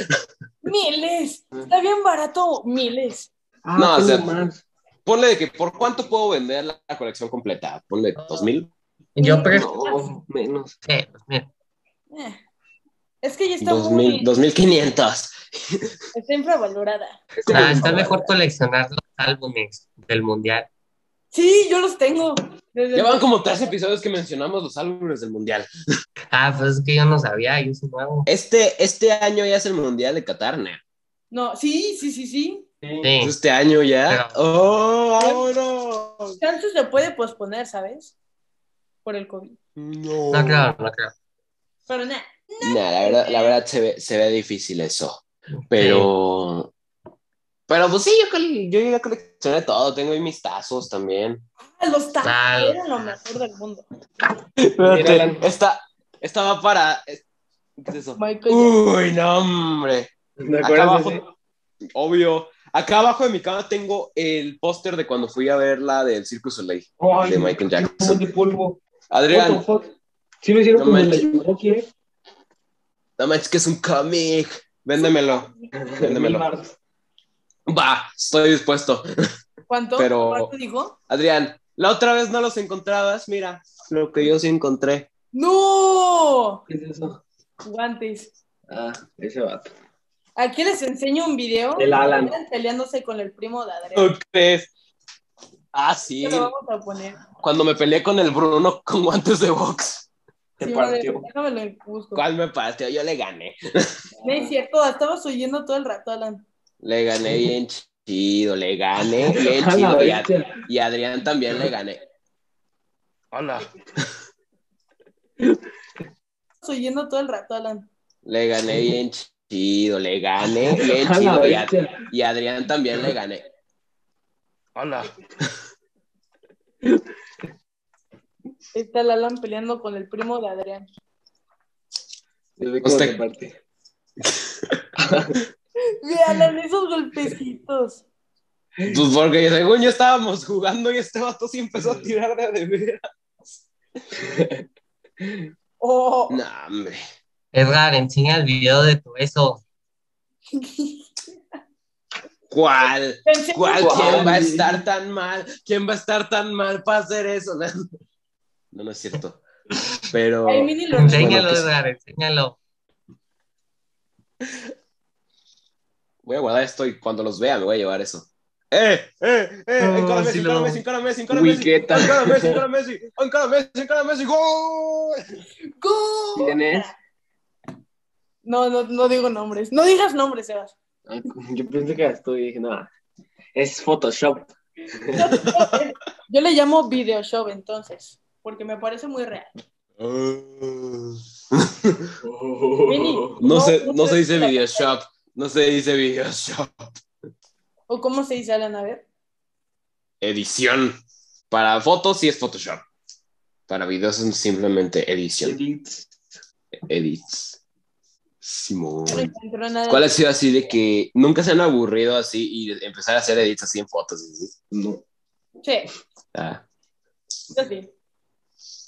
Speaker 1: ¡Miles! Está bien barato, miles.
Speaker 3: Ah,
Speaker 2: No, o
Speaker 3: tengo
Speaker 2: sea-
Speaker 3: más.
Speaker 2: Ponle de que, ¿por cuánto puedo vender la, la colección completa? Ponle dos mil.
Speaker 4: Yo prefiero.
Speaker 3: No, menos.
Speaker 4: Sí, pues, mira,
Speaker 1: Eh. Es que ya está
Speaker 2: Dos
Speaker 1: muy...
Speaker 2: mil, dos mil quinientos.
Speaker 1: Está infravalorada.
Speaker 4: ah, está mejor coleccionar los álbumes del mundial.
Speaker 1: Sí, yo los tengo. Desde
Speaker 2: Ya van como tres episodios que mencionamos los álbumes del mundial.
Speaker 4: Ah, pues es que yo no sabía, yo soy nuevo.
Speaker 2: Este, este año ya es el mundial de Qatar, ¿no?
Speaker 1: No, sí, sí, sí, sí.
Speaker 4: Sí,
Speaker 2: Este año ya.
Speaker 4: Pero-
Speaker 2: ¡Oh, vámonos!
Speaker 1: Chance se puede posponer, ¿sabes? Por el COVID.
Speaker 2: No.
Speaker 4: No creo, no creo.
Speaker 1: Pero nada.
Speaker 2: Nah, la verdad, la verdad se, ve, se ve difícil eso. Pero. Pero pues sí, yo, col- yo llegué a coleccionar todo. Tengo ahí mis tazos también.
Speaker 1: Ah, Los tazos
Speaker 4: Claro.
Speaker 1: eran lo mejor del mundo.
Speaker 2: Espérate,
Speaker 3: Alan.
Speaker 2: esta, esta va para. es- ¿Qué es eso?
Speaker 1: Michael
Speaker 2: Uy, no, hombre.
Speaker 3: ¿Te
Speaker 2: Acá
Speaker 3: acuerdas de ese?
Speaker 2: abajo, obvio. Acá abajo de mi cama tengo el póster de cuando fui a ver la del Circus Soleil
Speaker 3: Ay,
Speaker 2: de Michael
Speaker 3: un montón
Speaker 2: Jackson.
Speaker 3: de polvo. What
Speaker 2: Adrián,
Speaker 3: the fuck? Sí lo hicieron
Speaker 2: No
Speaker 3: como en la
Speaker 2: manches.
Speaker 3: Yudoki, ¿eh?
Speaker 2: no manches que es un cómic. Véndemelo. Véndemelo. Va, estoy dispuesto.
Speaker 1: ¿Cuánto?
Speaker 2: Pero-
Speaker 1: ¿Cuánto dijo?
Speaker 2: Adrián, la otra vez no los encontrabas. Mira lo que yo sí encontré.
Speaker 1: ¡No!
Speaker 3: ¿Qué es eso?
Speaker 1: Guantes.
Speaker 3: Ah, ese vato.
Speaker 1: Aquí les enseño un video.
Speaker 3: El Alan.
Speaker 1: Adrián Peleándose con el primo de Adrián.
Speaker 2: ¿Tú crees? Ah, sí.
Speaker 1: ¿Qué lo vamos a poner?
Speaker 2: Cuando me peleé con el Bruno con guantes de box.
Speaker 3: Te
Speaker 1: Sí,
Speaker 3: partió.
Speaker 1: madre, déjame lo busco.
Speaker 2: ¿Cuál me partió? Yo le gané.
Speaker 1: No es cierto, estabas oyendo todo el rato, Alan.
Speaker 2: Le gané bien chido, le gané bien
Speaker 3: A la
Speaker 2: chido. Y, a-
Speaker 3: bestia.
Speaker 2: y a Adrián también le gané. Hola.
Speaker 1: Estabas oyendo todo el rato, Alan.
Speaker 2: Le gané bien chido, le gané bien
Speaker 3: A Ah, la
Speaker 2: chido. Y, a-
Speaker 3: bestia.
Speaker 2: y a Adrián también le gané. Hola.
Speaker 1: Ahí Está el Alan peleando con el primo de Adrián.
Speaker 3: Se ve cómo
Speaker 2: Usted-
Speaker 3: te partió.
Speaker 1: Ve, Alan, esos golpecitos.
Speaker 2: Pues porque según yo estábamos jugando y este vato sí empezó a tirar de a de veras.
Speaker 1: Oh,
Speaker 2: No, hombre.
Speaker 4: Edgar, enseña el video de tu beso.
Speaker 2: ¿Cuál?
Speaker 1: pensé que
Speaker 2: ¿Cuál?
Speaker 3: ¿Cuál?
Speaker 2: ¿Quién va a estar tan mal? ¿Quién va a estar tan mal para hacer eso? No, no, no es cierto. Pero.
Speaker 1: Ay, mini lo
Speaker 4: Enséñalo,
Speaker 2: Bueno, pues-
Speaker 4: Edgar, enséñalo.
Speaker 2: Voy a guardar esto y cuando los vea me voy a llevar eso. ¡Eh! ¡Eh! ¡Eh!
Speaker 4: No,
Speaker 2: ¡Encara
Speaker 4: sí
Speaker 2: Messi!
Speaker 4: lo-
Speaker 2: ¡Encara Messi! ¡Encara Messi! ¡Encara
Speaker 3: Uy,
Speaker 2: Messi!
Speaker 3: ¿qué tal?
Speaker 2: ¡Encara Messi! ¡Encara Messi! ¡Encara Messi! ¡Encara Messi! ¡Gol!
Speaker 1: ¡Gol!
Speaker 3: ¿Quién es?
Speaker 1: No, no, no digo nombres. No digas nombres, Sebas.
Speaker 3: Ah, Yo pensé que eras tú y dije, no, es Photoshop.
Speaker 1: Yo le llamo video show entonces, porque me parece muy real.
Speaker 3: Ah.
Speaker 1: Vini.
Speaker 2: No se,
Speaker 1: No,
Speaker 2: no se dice
Speaker 1: no.
Speaker 2: Videoshop. No se dice Videoshop.
Speaker 1: ¿O cómo se dice, Alan? A ver.
Speaker 2: Edición. Para fotos sí es Photoshop. Para videos es simplemente edición. Edits. Simón.
Speaker 1: No me encontró nada.
Speaker 2: ¿Cuál ha sido así de que nunca se han aburrido así y empezar a hacer edits así en fotos? y así?
Speaker 3: No.
Speaker 1: Sí,
Speaker 2: Ah.
Speaker 1: yo sí.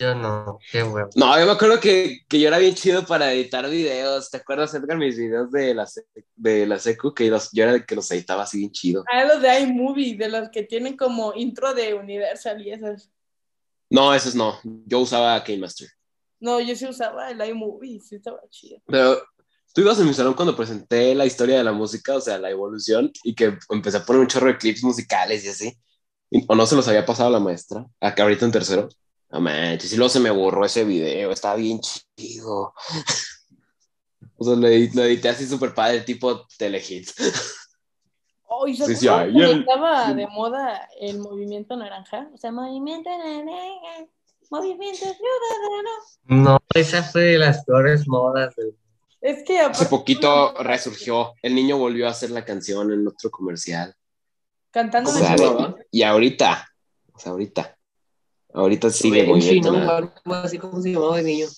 Speaker 4: Yo no, qué huevo.
Speaker 2: No, yo me acuerdo que, que yo era bien chido para editar videos. ¿Te acuerdas, Edgar, mis videos de la, sec- de la secu? Que los, yo era el que los editaba así bien chido.
Speaker 1: Hay los de iMovie, de los que tienen como intro de Universal y esas.
Speaker 2: No, esos no. Yo usaba Game Master.
Speaker 1: No, yo sí usaba el iMovie, sí estaba chido.
Speaker 2: Pero tú ibas en mi salón cuando presenté la historia de la música, o sea, la evolución, y que empecé a poner un chorro de clips musicales y así. Y- ¿O no se los había pasado a la maestra? Acá ahorita en tercero. No manches, y luego se me borró ese video. Estaba bien chido. O sea, lo edit- lo edité, así súper padre, tipo telehits.
Speaker 1: Oh, ¿y se
Speaker 2: Sí, sí,
Speaker 1: acuerdan
Speaker 2: ahí
Speaker 1: cuando
Speaker 2: el-
Speaker 1: estaba de moda el movimiento naranja? O sea, movimiento naranja, movimiento ciudadano.
Speaker 4: No, esa fue de las peores modas del
Speaker 1: Es que aparte-
Speaker 2: Hace poquito resurgió, el niño volvió a hacer la canción en otro comercial.
Speaker 1: Cantando
Speaker 2: O
Speaker 1: de
Speaker 2: sea,
Speaker 3: se
Speaker 2: de-
Speaker 3: llamaba?
Speaker 2: y ahorita, o sea, ahorita, ahorita sigue el
Speaker 3: Benchi,
Speaker 2: movimiento.
Speaker 3: ¿no?
Speaker 2: nada.
Speaker 3: Algo así como se llamaba el niño.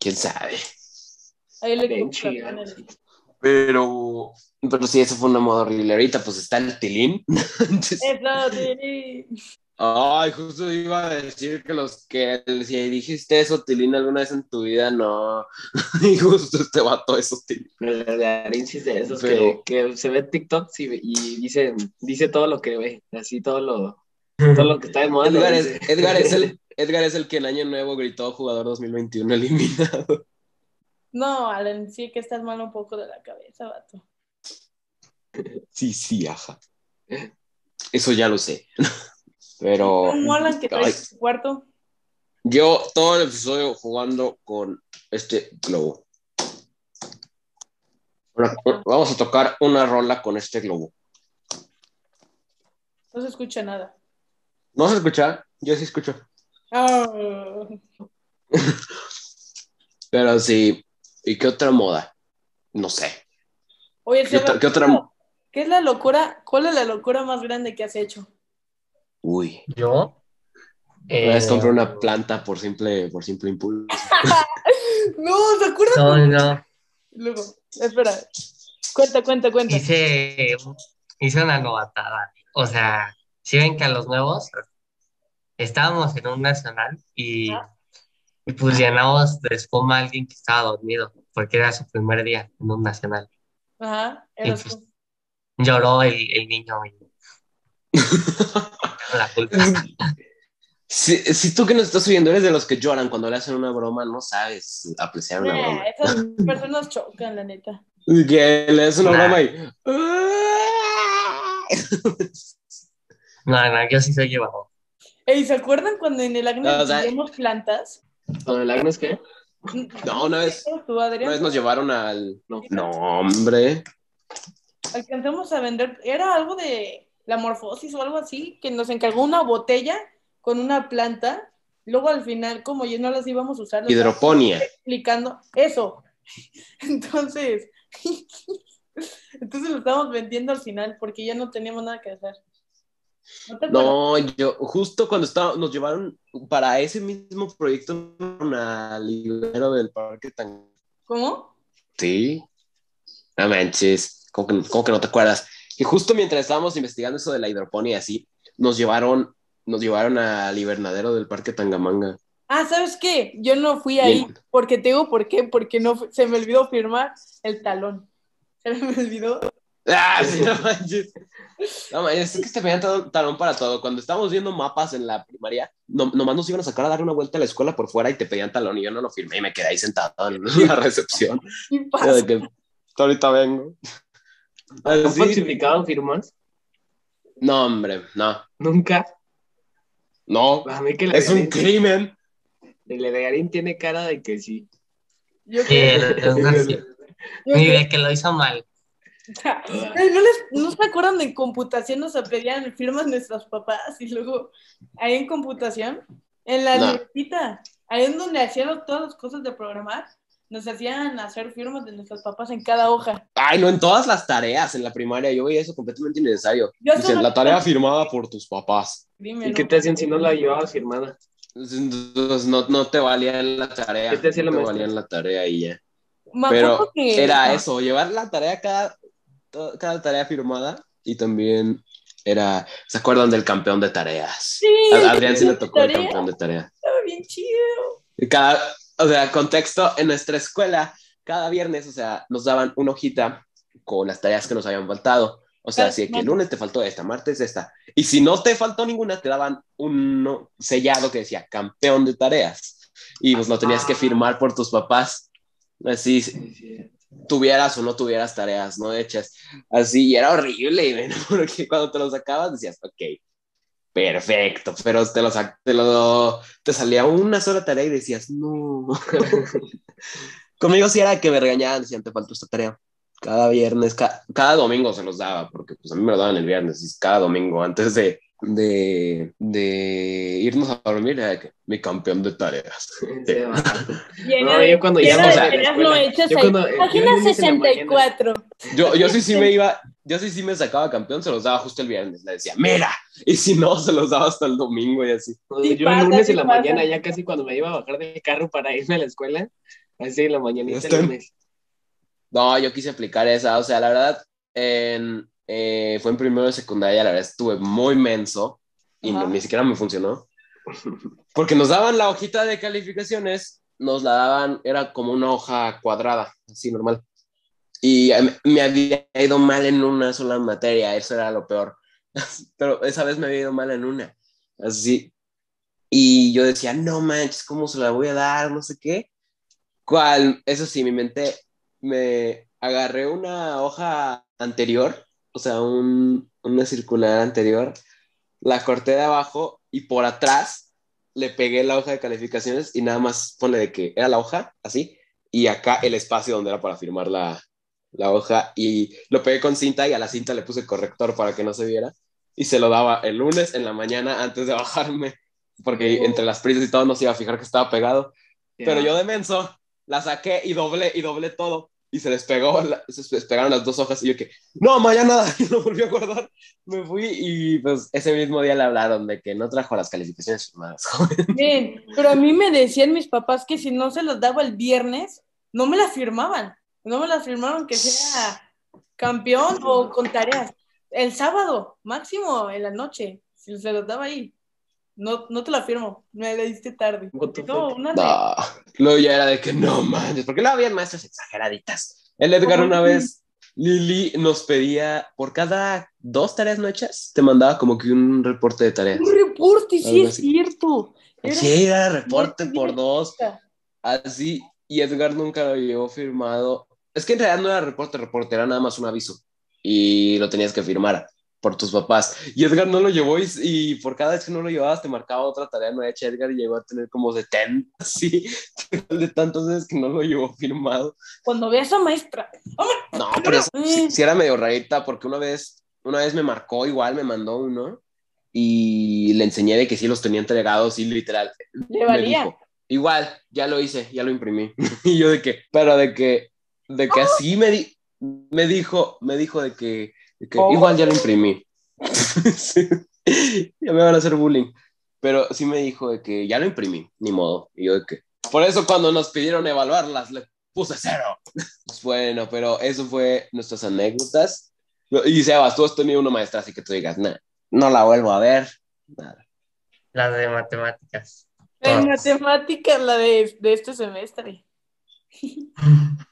Speaker 2: ¿Quién sabe?
Speaker 1: Ahí le
Speaker 3: Bien
Speaker 1: compro
Speaker 3: chido.
Speaker 1: la pena.
Speaker 2: Pero, pero sí, eso fue una moda horrible. Ahorita pues está el tilín. Entonces-
Speaker 1: Es la de-
Speaker 2: Ay, justo iba a decir que los que si dijiste eso, tilín, alguna vez en tu vida, no. Y justo este vato, esos tilín.
Speaker 3: El de Arinchis de esos
Speaker 2: Pero-
Speaker 3: que, que se ve en TikTok sí, y dice, dice todo lo que ve, así todo lo, todo lo que está de moda. lo
Speaker 2: Edgar es,
Speaker 3: dice.
Speaker 2: Edgar es el... Edgar es el que en Año Nuevo gritó jugador 2021 eliminado.
Speaker 1: No, Alan, sí que estás mal un poco de la cabeza, vato.
Speaker 2: Sí, sí, ajá. Eso ya lo sé. Pero
Speaker 1: ¿Cómo Alan que trae
Speaker 2: Oh, Ay.
Speaker 1: su cuarto?
Speaker 2: yo todo el episodio jugando con este globo. Ahora, Vamos a tocar una rola con este globo.
Speaker 1: No se escucha nada.
Speaker 2: ¿No se escucha? Yo sí escucho.
Speaker 1: Ah,
Speaker 2: Pero sí. ¿Y qué otra moda? No sé.
Speaker 1: Oye,
Speaker 2: ¿Qué otra,
Speaker 1: Seba,
Speaker 2: qué otra mo-
Speaker 1: ¿qué es la locura? ¿Cuál es la locura más grande que has hecho?
Speaker 2: Uy.
Speaker 4: Yo.
Speaker 2: Una vez
Speaker 4: Eh,
Speaker 2: compré una planta por simple, por simple impulso.
Speaker 1: No, ¿se acuerdan?
Speaker 4: No, no.
Speaker 1: Luego, espera. Cuenta, cuenta, cuenta.
Speaker 4: Hice, hice una novatada. O sea, si ven que a los nuevos estábamos en un nacional y, y pues llenamos de espuma a alguien que estaba dormido, porque era su primer día en un nacional.
Speaker 1: Ajá, eras
Speaker 4: pues,
Speaker 1: tú.
Speaker 4: Lloró el, el niño y la culpa.
Speaker 2: Si, si tú que nos estás oyendo eres de los que lloran cuando le hacen una broma, no sabes apreciar una broma.
Speaker 1: Nah, Eh, esas personas chocan, la neta.
Speaker 2: Que le haces una
Speaker 4: Nah.
Speaker 2: broma y.
Speaker 4: No, no, yo sí soy llevado.
Speaker 1: Ey, ¿se acuerdan cuando en el Agnes
Speaker 2: O sea-
Speaker 1: teníamos plantas?
Speaker 3: ¿Con el Agnes qué?
Speaker 2: No, una vez,
Speaker 1: ¿Tú, Adrián?
Speaker 2: una vez nos llevaron al. No, no, hombre.
Speaker 1: alcanzamos a vender, era algo de la morfosis o algo así, que nos encargó una botella con una planta, luego al final, como ya no las íbamos a usar, las
Speaker 2: Hidroponía.
Speaker 1: explicando eso. Entonces, entonces lo estábamos vendiendo al final porque ya no teníamos nada que hacer. ¿No te acuerdas?
Speaker 2: No, yo, justo cuando estaba, nos llevaron para ese mismo proyecto al librero del parque tan.
Speaker 1: ¿Cómo?
Speaker 2: Sí. No manches, ¿cómo que, cómo que no te acuerdas? Y justo mientras estábamos investigando eso de la hidroponía, así, nos llevaron, nos llevaron al hibernadero del parque Tangamanga.
Speaker 1: Ah, ¿sabes qué? Yo no fui ahí
Speaker 2: Bien.
Speaker 1: porque te digo por qué, porque no fu- se me olvidó firmar el talón. Se me olvidó.
Speaker 2: ¡Ah, sí, no manches! No manches, es que te pedían tal- talón para todo. Cuando estábamos viendo mapas en la primaria, no- nomás nos iban a sacar a dar una vuelta a la escuela por fuera y te pedían talón y yo no lo firmé y me quedé ahí sentado en la recepción.
Speaker 1: Y
Speaker 2: Yo
Speaker 1: pasa.
Speaker 2: de que, ahorita vengo.
Speaker 3: ¿Has
Speaker 2: Así,
Speaker 3: falsificado firmas?
Speaker 2: no, hombre, no,
Speaker 3: Nunca.
Speaker 2: no.
Speaker 3: A mí que el
Speaker 2: Es un
Speaker 3: Agarín-
Speaker 2: crimen.
Speaker 3: el Agarín tiene cara de que sí.
Speaker 1: Yo
Speaker 4: Sí,
Speaker 1: creo-
Speaker 4: el- el- el-
Speaker 1: yo
Speaker 4: ni
Speaker 1: creo-
Speaker 4: de que lo hizo mal.
Speaker 1: Ay, ¿no, les- no se acuerdan de en computación nos pedían firmas nuestros papás y luego ahí en computación, en la
Speaker 2: No.
Speaker 1: libretita, ahí en donde hacían todas las cosas de programar, nos hacían hacer firmas de nuestros papás en cada hoja.
Speaker 2: Ay, no, en todas las tareas en la primaria yo veía eso completamente innecesario.
Speaker 1: Yo
Speaker 2: Dicen,
Speaker 1: solo-
Speaker 2: la tarea firmada por tus papás.
Speaker 1: Dime,
Speaker 3: ¿Y
Speaker 1: ¿no?
Speaker 3: qué te hacían si no la llevabas firmada?
Speaker 2: Entonces, no, no te valían la tarea.
Speaker 3: ¿Qué te hacía la
Speaker 2: no te
Speaker 3: maestra?
Speaker 2: valían la tarea y ya.
Speaker 1: Me acuerdo
Speaker 2: Pero
Speaker 1: que-
Speaker 2: era eso, llevar la tarea cada, to- cada tarea firmada y también era, ¿se acuerdan del campeón de tareas?
Speaker 1: Sí,
Speaker 2: A Adrián sí le
Speaker 1: el
Speaker 2: tocó el
Speaker 1: tarea.
Speaker 2: campeón de tareas.
Speaker 1: Estaba bien chido.
Speaker 2: Y Cada, o sea, contexto, en nuestra escuela, cada viernes, o sea, nos daban una hojita con las tareas que nos habían faltado. O sea,
Speaker 1: Cada
Speaker 2: así de que el
Speaker 1: semana.
Speaker 2: lunes te faltó esta, martes esta. Y si no te faltó ninguna, te daban un sellado que decía campeón de tareas. Y pues lo tenías
Speaker 1: Ah.
Speaker 2: que firmar por tus papás. Así, tuvieras o no tuvieras tareas no hechas. Así, y era horrible, güey, ¿no? porque cuando te lo sacabas decías, ok, perfecto, pero te lo, sac- te lo te salía una sola tarea y decías, no. Conmigo sí era que me regañaban, decían, te faltó esta tarea. Cada viernes, ca- cada domingo se los daba, porque pues a mí me lo daban el viernes, y cada domingo antes de, de, de irnos a dormir, era de que, mi campeón de tareas.
Speaker 3: Se va.
Speaker 1: Llena
Speaker 3: No,
Speaker 1: de-
Speaker 3: yo cuando
Speaker 1: llena
Speaker 3: íbamos
Speaker 1: de
Speaker 3: a la
Speaker 1: tareas
Speaker 3: escuela,
Speaker 1: no hechas
Speaker 3: yo
Speaker 1: ahí.
Speaker 3: cuando- yo el
Speaker 1: Página
Speaker 3: lunes en la mañana-
Speaker 1: 64.
Speaker 2: Yo, yo sí sí me iba, yo sí sí me sacaba campeón, se los daba justo el viernes, le decía, mira, y si no, se los daba hasta el domingo y así.
Speaker 3: No,
Speaker 1: Sí
Speaker 3: yo
Speaker 1: pasa,
Speaker 3: el lunes
Speaker 1: sí
Speaker 3: en la
Speaker 1: pasa.
Speaker 3: mañana, ya casi cuando me iba a bajar del carro para irme a la escuela, así en la mañanita
Speaker 2: Está en-
Speaker 3: el lunes.
Speaker 2: No, yo quise aplicar esa, o sea, la verdad, en- eh, fue en primero de secundaria, la verdad estuve muy menso y no-
Speaker 1: Ajá.
Speaker 2: ni siquiera me funcionó. Porque nos daban la hojita de calificaciones, nos la daban, era como una hoja cuadrada, así normal. Y eh, me había ido mal en una sola materia, eso era lo peor. Pero esa vez me había ido mal en una, así. Y yo decía, no manches, ¿cómo se la voy a dar? No sé qué. ¿Cuál? Eso sí, mi mente me agarré una hoja anterior, o sea, un- una circular anterior, la corté de abajo y por atrás le pegué la hoja de calificaciones y nada más ponle de que era la hoja, así, y acá el espacio donde era para firmar la, la hoja y lo pegué con cinta y a la cinta le puse corrector para que no se viera y se lo daba el lunes en la mañana antes de bajarme, porque
Speaker 1: Oh.
Speaker 2: entre las prisas y todo no se iba a fijar que estaba pegado. Pero yo de menso la saqué y doblé y doblé todo. Y se les pegó, la- se les pegaron las dos hojas. Y yo que, no, ma, ya nada. Y lo volví a guardar. Me fui y pues ese mismo día le hablaron de que no trajo las calificaciones firmadas.
Speaker 1: Bien, pero a mí me decían mis papás que si no se los daba el viernes, no me la firmaban. No me la firmaron que sea campeón o con tareas. El sábado, máximo, en la noche, si se los daba ahí. No, no te la firmo, me la diste tarde.
Speaker 3: What the
Speaker 1: No,
Speaker 3: fuck?
Speaker 1: una de-
Speaker 2: No. Luego ya era de que no manches, porque luego había maestras exageraditas. El Edgar
Speaker 1: Ay.
Speaker 2: una vez, Lili nos pedía, por cada dos tareas no hechas, te mandaba como que un reporte de tareas.
Speaker 1: Un reporte, sí
Speaker 2: Algo
Speaker 1: es
Speaker 2: así.
Speaker 1: cierto. Era-
Speaker 2: Sí, era reporte
Speaker 1: Sí.
Speaker 2: por dos. Así, y Edgar nunca lo llevó firmado. Es que en realidad no era reporte, reporte, era nada más un aviso. Y lo tenías que firmar por tus papás. Y Edgar no lo llevó y, y por cada vez que no lo llevabas te marcaba otra tarea no hecha. Edgar y llegó a tener como 70, sí, de tantas veces que no lo llevó firmado.
Speaker 1: Cuando veas a maestra.
Speaker 2: No, pero
Speaker 1: Eh.
Speaker 2: sí, sí era medio rarita porque una vez, una vez me marcó igual, me mandó uno y le enseñé de que sí los tenía entregados y literal
Speaker 1: Le
Speaker 2: me
Speaker 1: valía.
Speaker 2: dijo, Igual, ya lo hice, ya lo imprimí. y yo de que, pero de que, de que así me, di- me dijo, me dijo de que, de que
Speaker 3: Oh.
Speaker 2: igual ya lo imprimí. Sí. Ya me van a hacer bullying. Pero sí me dijo de que ya lo imprimí, ni modo. Y yo de que. Por eso cuando nos pidieron evaluarlas, le puse cero. Pues bueno, pero eso fue nuestras anécdotas. Y Sebas, tú has tenido una maestra, así que tú digas, "Nah, no la vuelvo a ver. Nada.
Speaker 4: Las de matemáticas.
Speaker 1: En
Speaker 4: Ah.
Speaker 1: matemáticas, la de, de este semestre.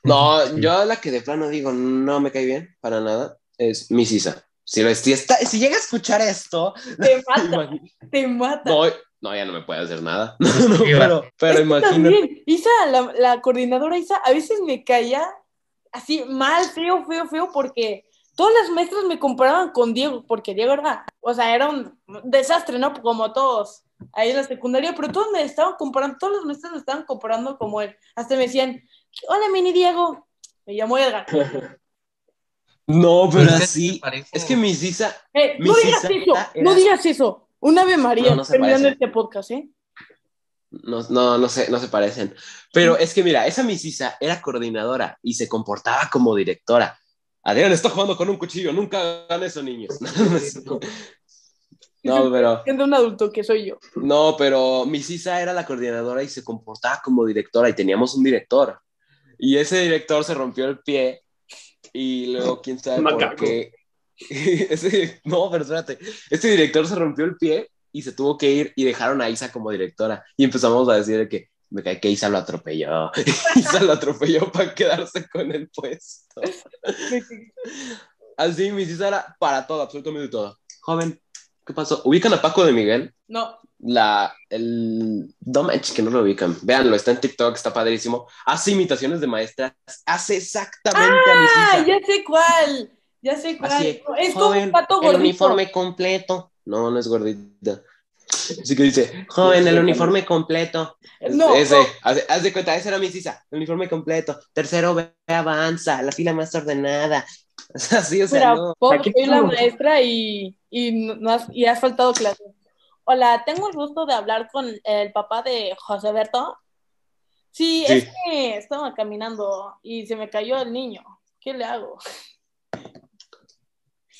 Speaker 2: No, yo la que de plano digo, no me cae bien para nada, es mi Sisa. Si, lo- si, está- si llega a escuchar esto,
Speaker 1: Te mata,
Speaker 2: imagi-
Speaker 1: te mata.
Speaker 2: no, no, ya no me puede hacer nada. No, no, pero, pero imagínate.
Speaker 1: También, Isa, la, la coordinadora Isa, a veces me caía así mal, feo, feo, feo, porque todas las maestras me comparaban con Diego, porque Diego era, o sea, era un desastre, ¿no? Como todos ahí en la secundaria, pero todos me estaban comparando, todas las maestras me estaban comparando como él. Hasta me decían, hola, mini Diego. Me llamó Edgar.
Speaker 2: No, pero
Speaker 4: Es que
Speaker 2: así.
Speaker 4: parece-
Speaker 2: Es que mi Sisa,
Speaker 1: Eh,
Speaker 2: Mi
Speaker 1: no digas
Speaker 2: Isa
Speaker 1: eso, no
Speaker 2: era-
Speaker 1: digas eso. Un ave María
Speaker 2: No, no se
Speaker 1: terminando
Speaker 2: parece.
Speaker 1: este podcast, ¿eh?
Speaker 2: no, no, no, se, no se parecen. Pero es que mira, esa mi Sisa era coordinadora y se comportaba como directora. Adrián está jugando con un cuchillo, nunca hagan eso, niños. No, pero.
Speaker 1: Siendo un adulto que soy yo.
Speaker 2: No, pero mi Sisa era la coordinadora y se comportaba como directora y teníamos un director. Y ese director se rompió el pie y luego quién sabe por
Speaker 3: Macaco.
Speaker 2: qué. Ese di- no, pero espérate. Este director se rompió el pie y se tuvo que ir y dejaron a Isa como directora. Y empezamos a decir de que me cae que Isa lo atropelló. Isa lo atropelló para quedarse con el puesto. Así, mi Sisa era para todo, absolutamente todo. Joven, ¿qué pasó? ¿Ubican a Paco de Miguel?
Speaker 1: No,
Speaker 2: la, el, no manches que no lo ubican, véanlo, está en TikTok, está padrísimo, hace imitaciones de maestras, hace exactamente a
Speaker 1: Ah,
Speaker 2: mis hijas.
Speaker 1: ya sé cuál. Ya sé cuál.
Speaker 2: Así es,
Speaker 1: es como
Speaker 2: joven,
Speaker 1: un pato
Speaker 2: el
Speaker 1: gordito.
Speaker 2: uniforme completo, no, no es gordita, así que dice, joven, el uniforme completo,
Speaker 1: No,
Speaker 2: ese,
Speaker 1: no.
Speaker 2: Haz, haz de cuenta, esa era mi sisa, el uniforme completo, tercero B avanza, la fila más ordenada, así, o sea,
Speaker 1: Mira,
Speaker 2: no.
Speaker 1: Bob,
Speaker 3: Aquí
Speaker 1: soy la
Speaker 3: estamos.
Speaker 1: maestra y, y, no- no has, y has faltado clase. Hola, tengo el gusto de hablar con el papá de José Berto. Sí,
Speaker 2: Sí.
Speaker 1: es que estaba caminando y se me cayó el niño. ¿Qué le hago?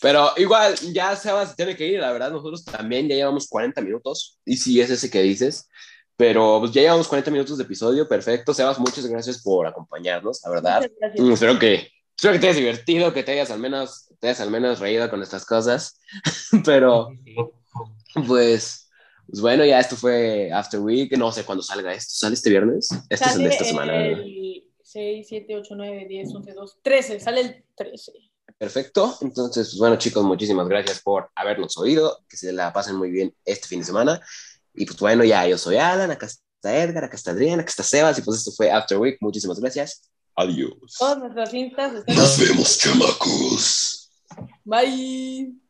Speaker 2: Pero igual, ya Sebas tiene que ir, la verdad, nosotros también ya llevamos 40 minutos, y sí es ese que dices, pero pues ya llevamos 40 minutos de episodio, perfecto. Sebas, muchas gracias por acompañarnos, la verdad.
Speaker 1: Muchas gracias.
Speaker 2: Mm, Espero que, espero que te hayas divertido, que te hayas al menos, te hayas al menos reído con estas cosas, pero pues, pues bueno, ya esto fue After Week, no sé cuándo salga esto, ¿sale este viernes? Este es el de esta
Speaker 1: Sale
Speaker 2: semana. ¿verdad?
Speaker 1: El 6, 7, 8, 9, 10, 11, 12, 13. Sale el 13.
Speaker 2: Perfecto. Entonces, pues bueno, chicos, muchísimas gracias por habernos oído. Que se la pasen muy bien este fin de semana. Y pues bueno, ya yo soy Alan, acá está Edgar, acá está Adrián, acá está Sebas. Y pues esto fue After Week. Muchísimas gracias. Adiós.
Speaker 1: Todas nuestras cintas están.
Speaker 2: vemos, chamacos.
Speaker 1: Bye.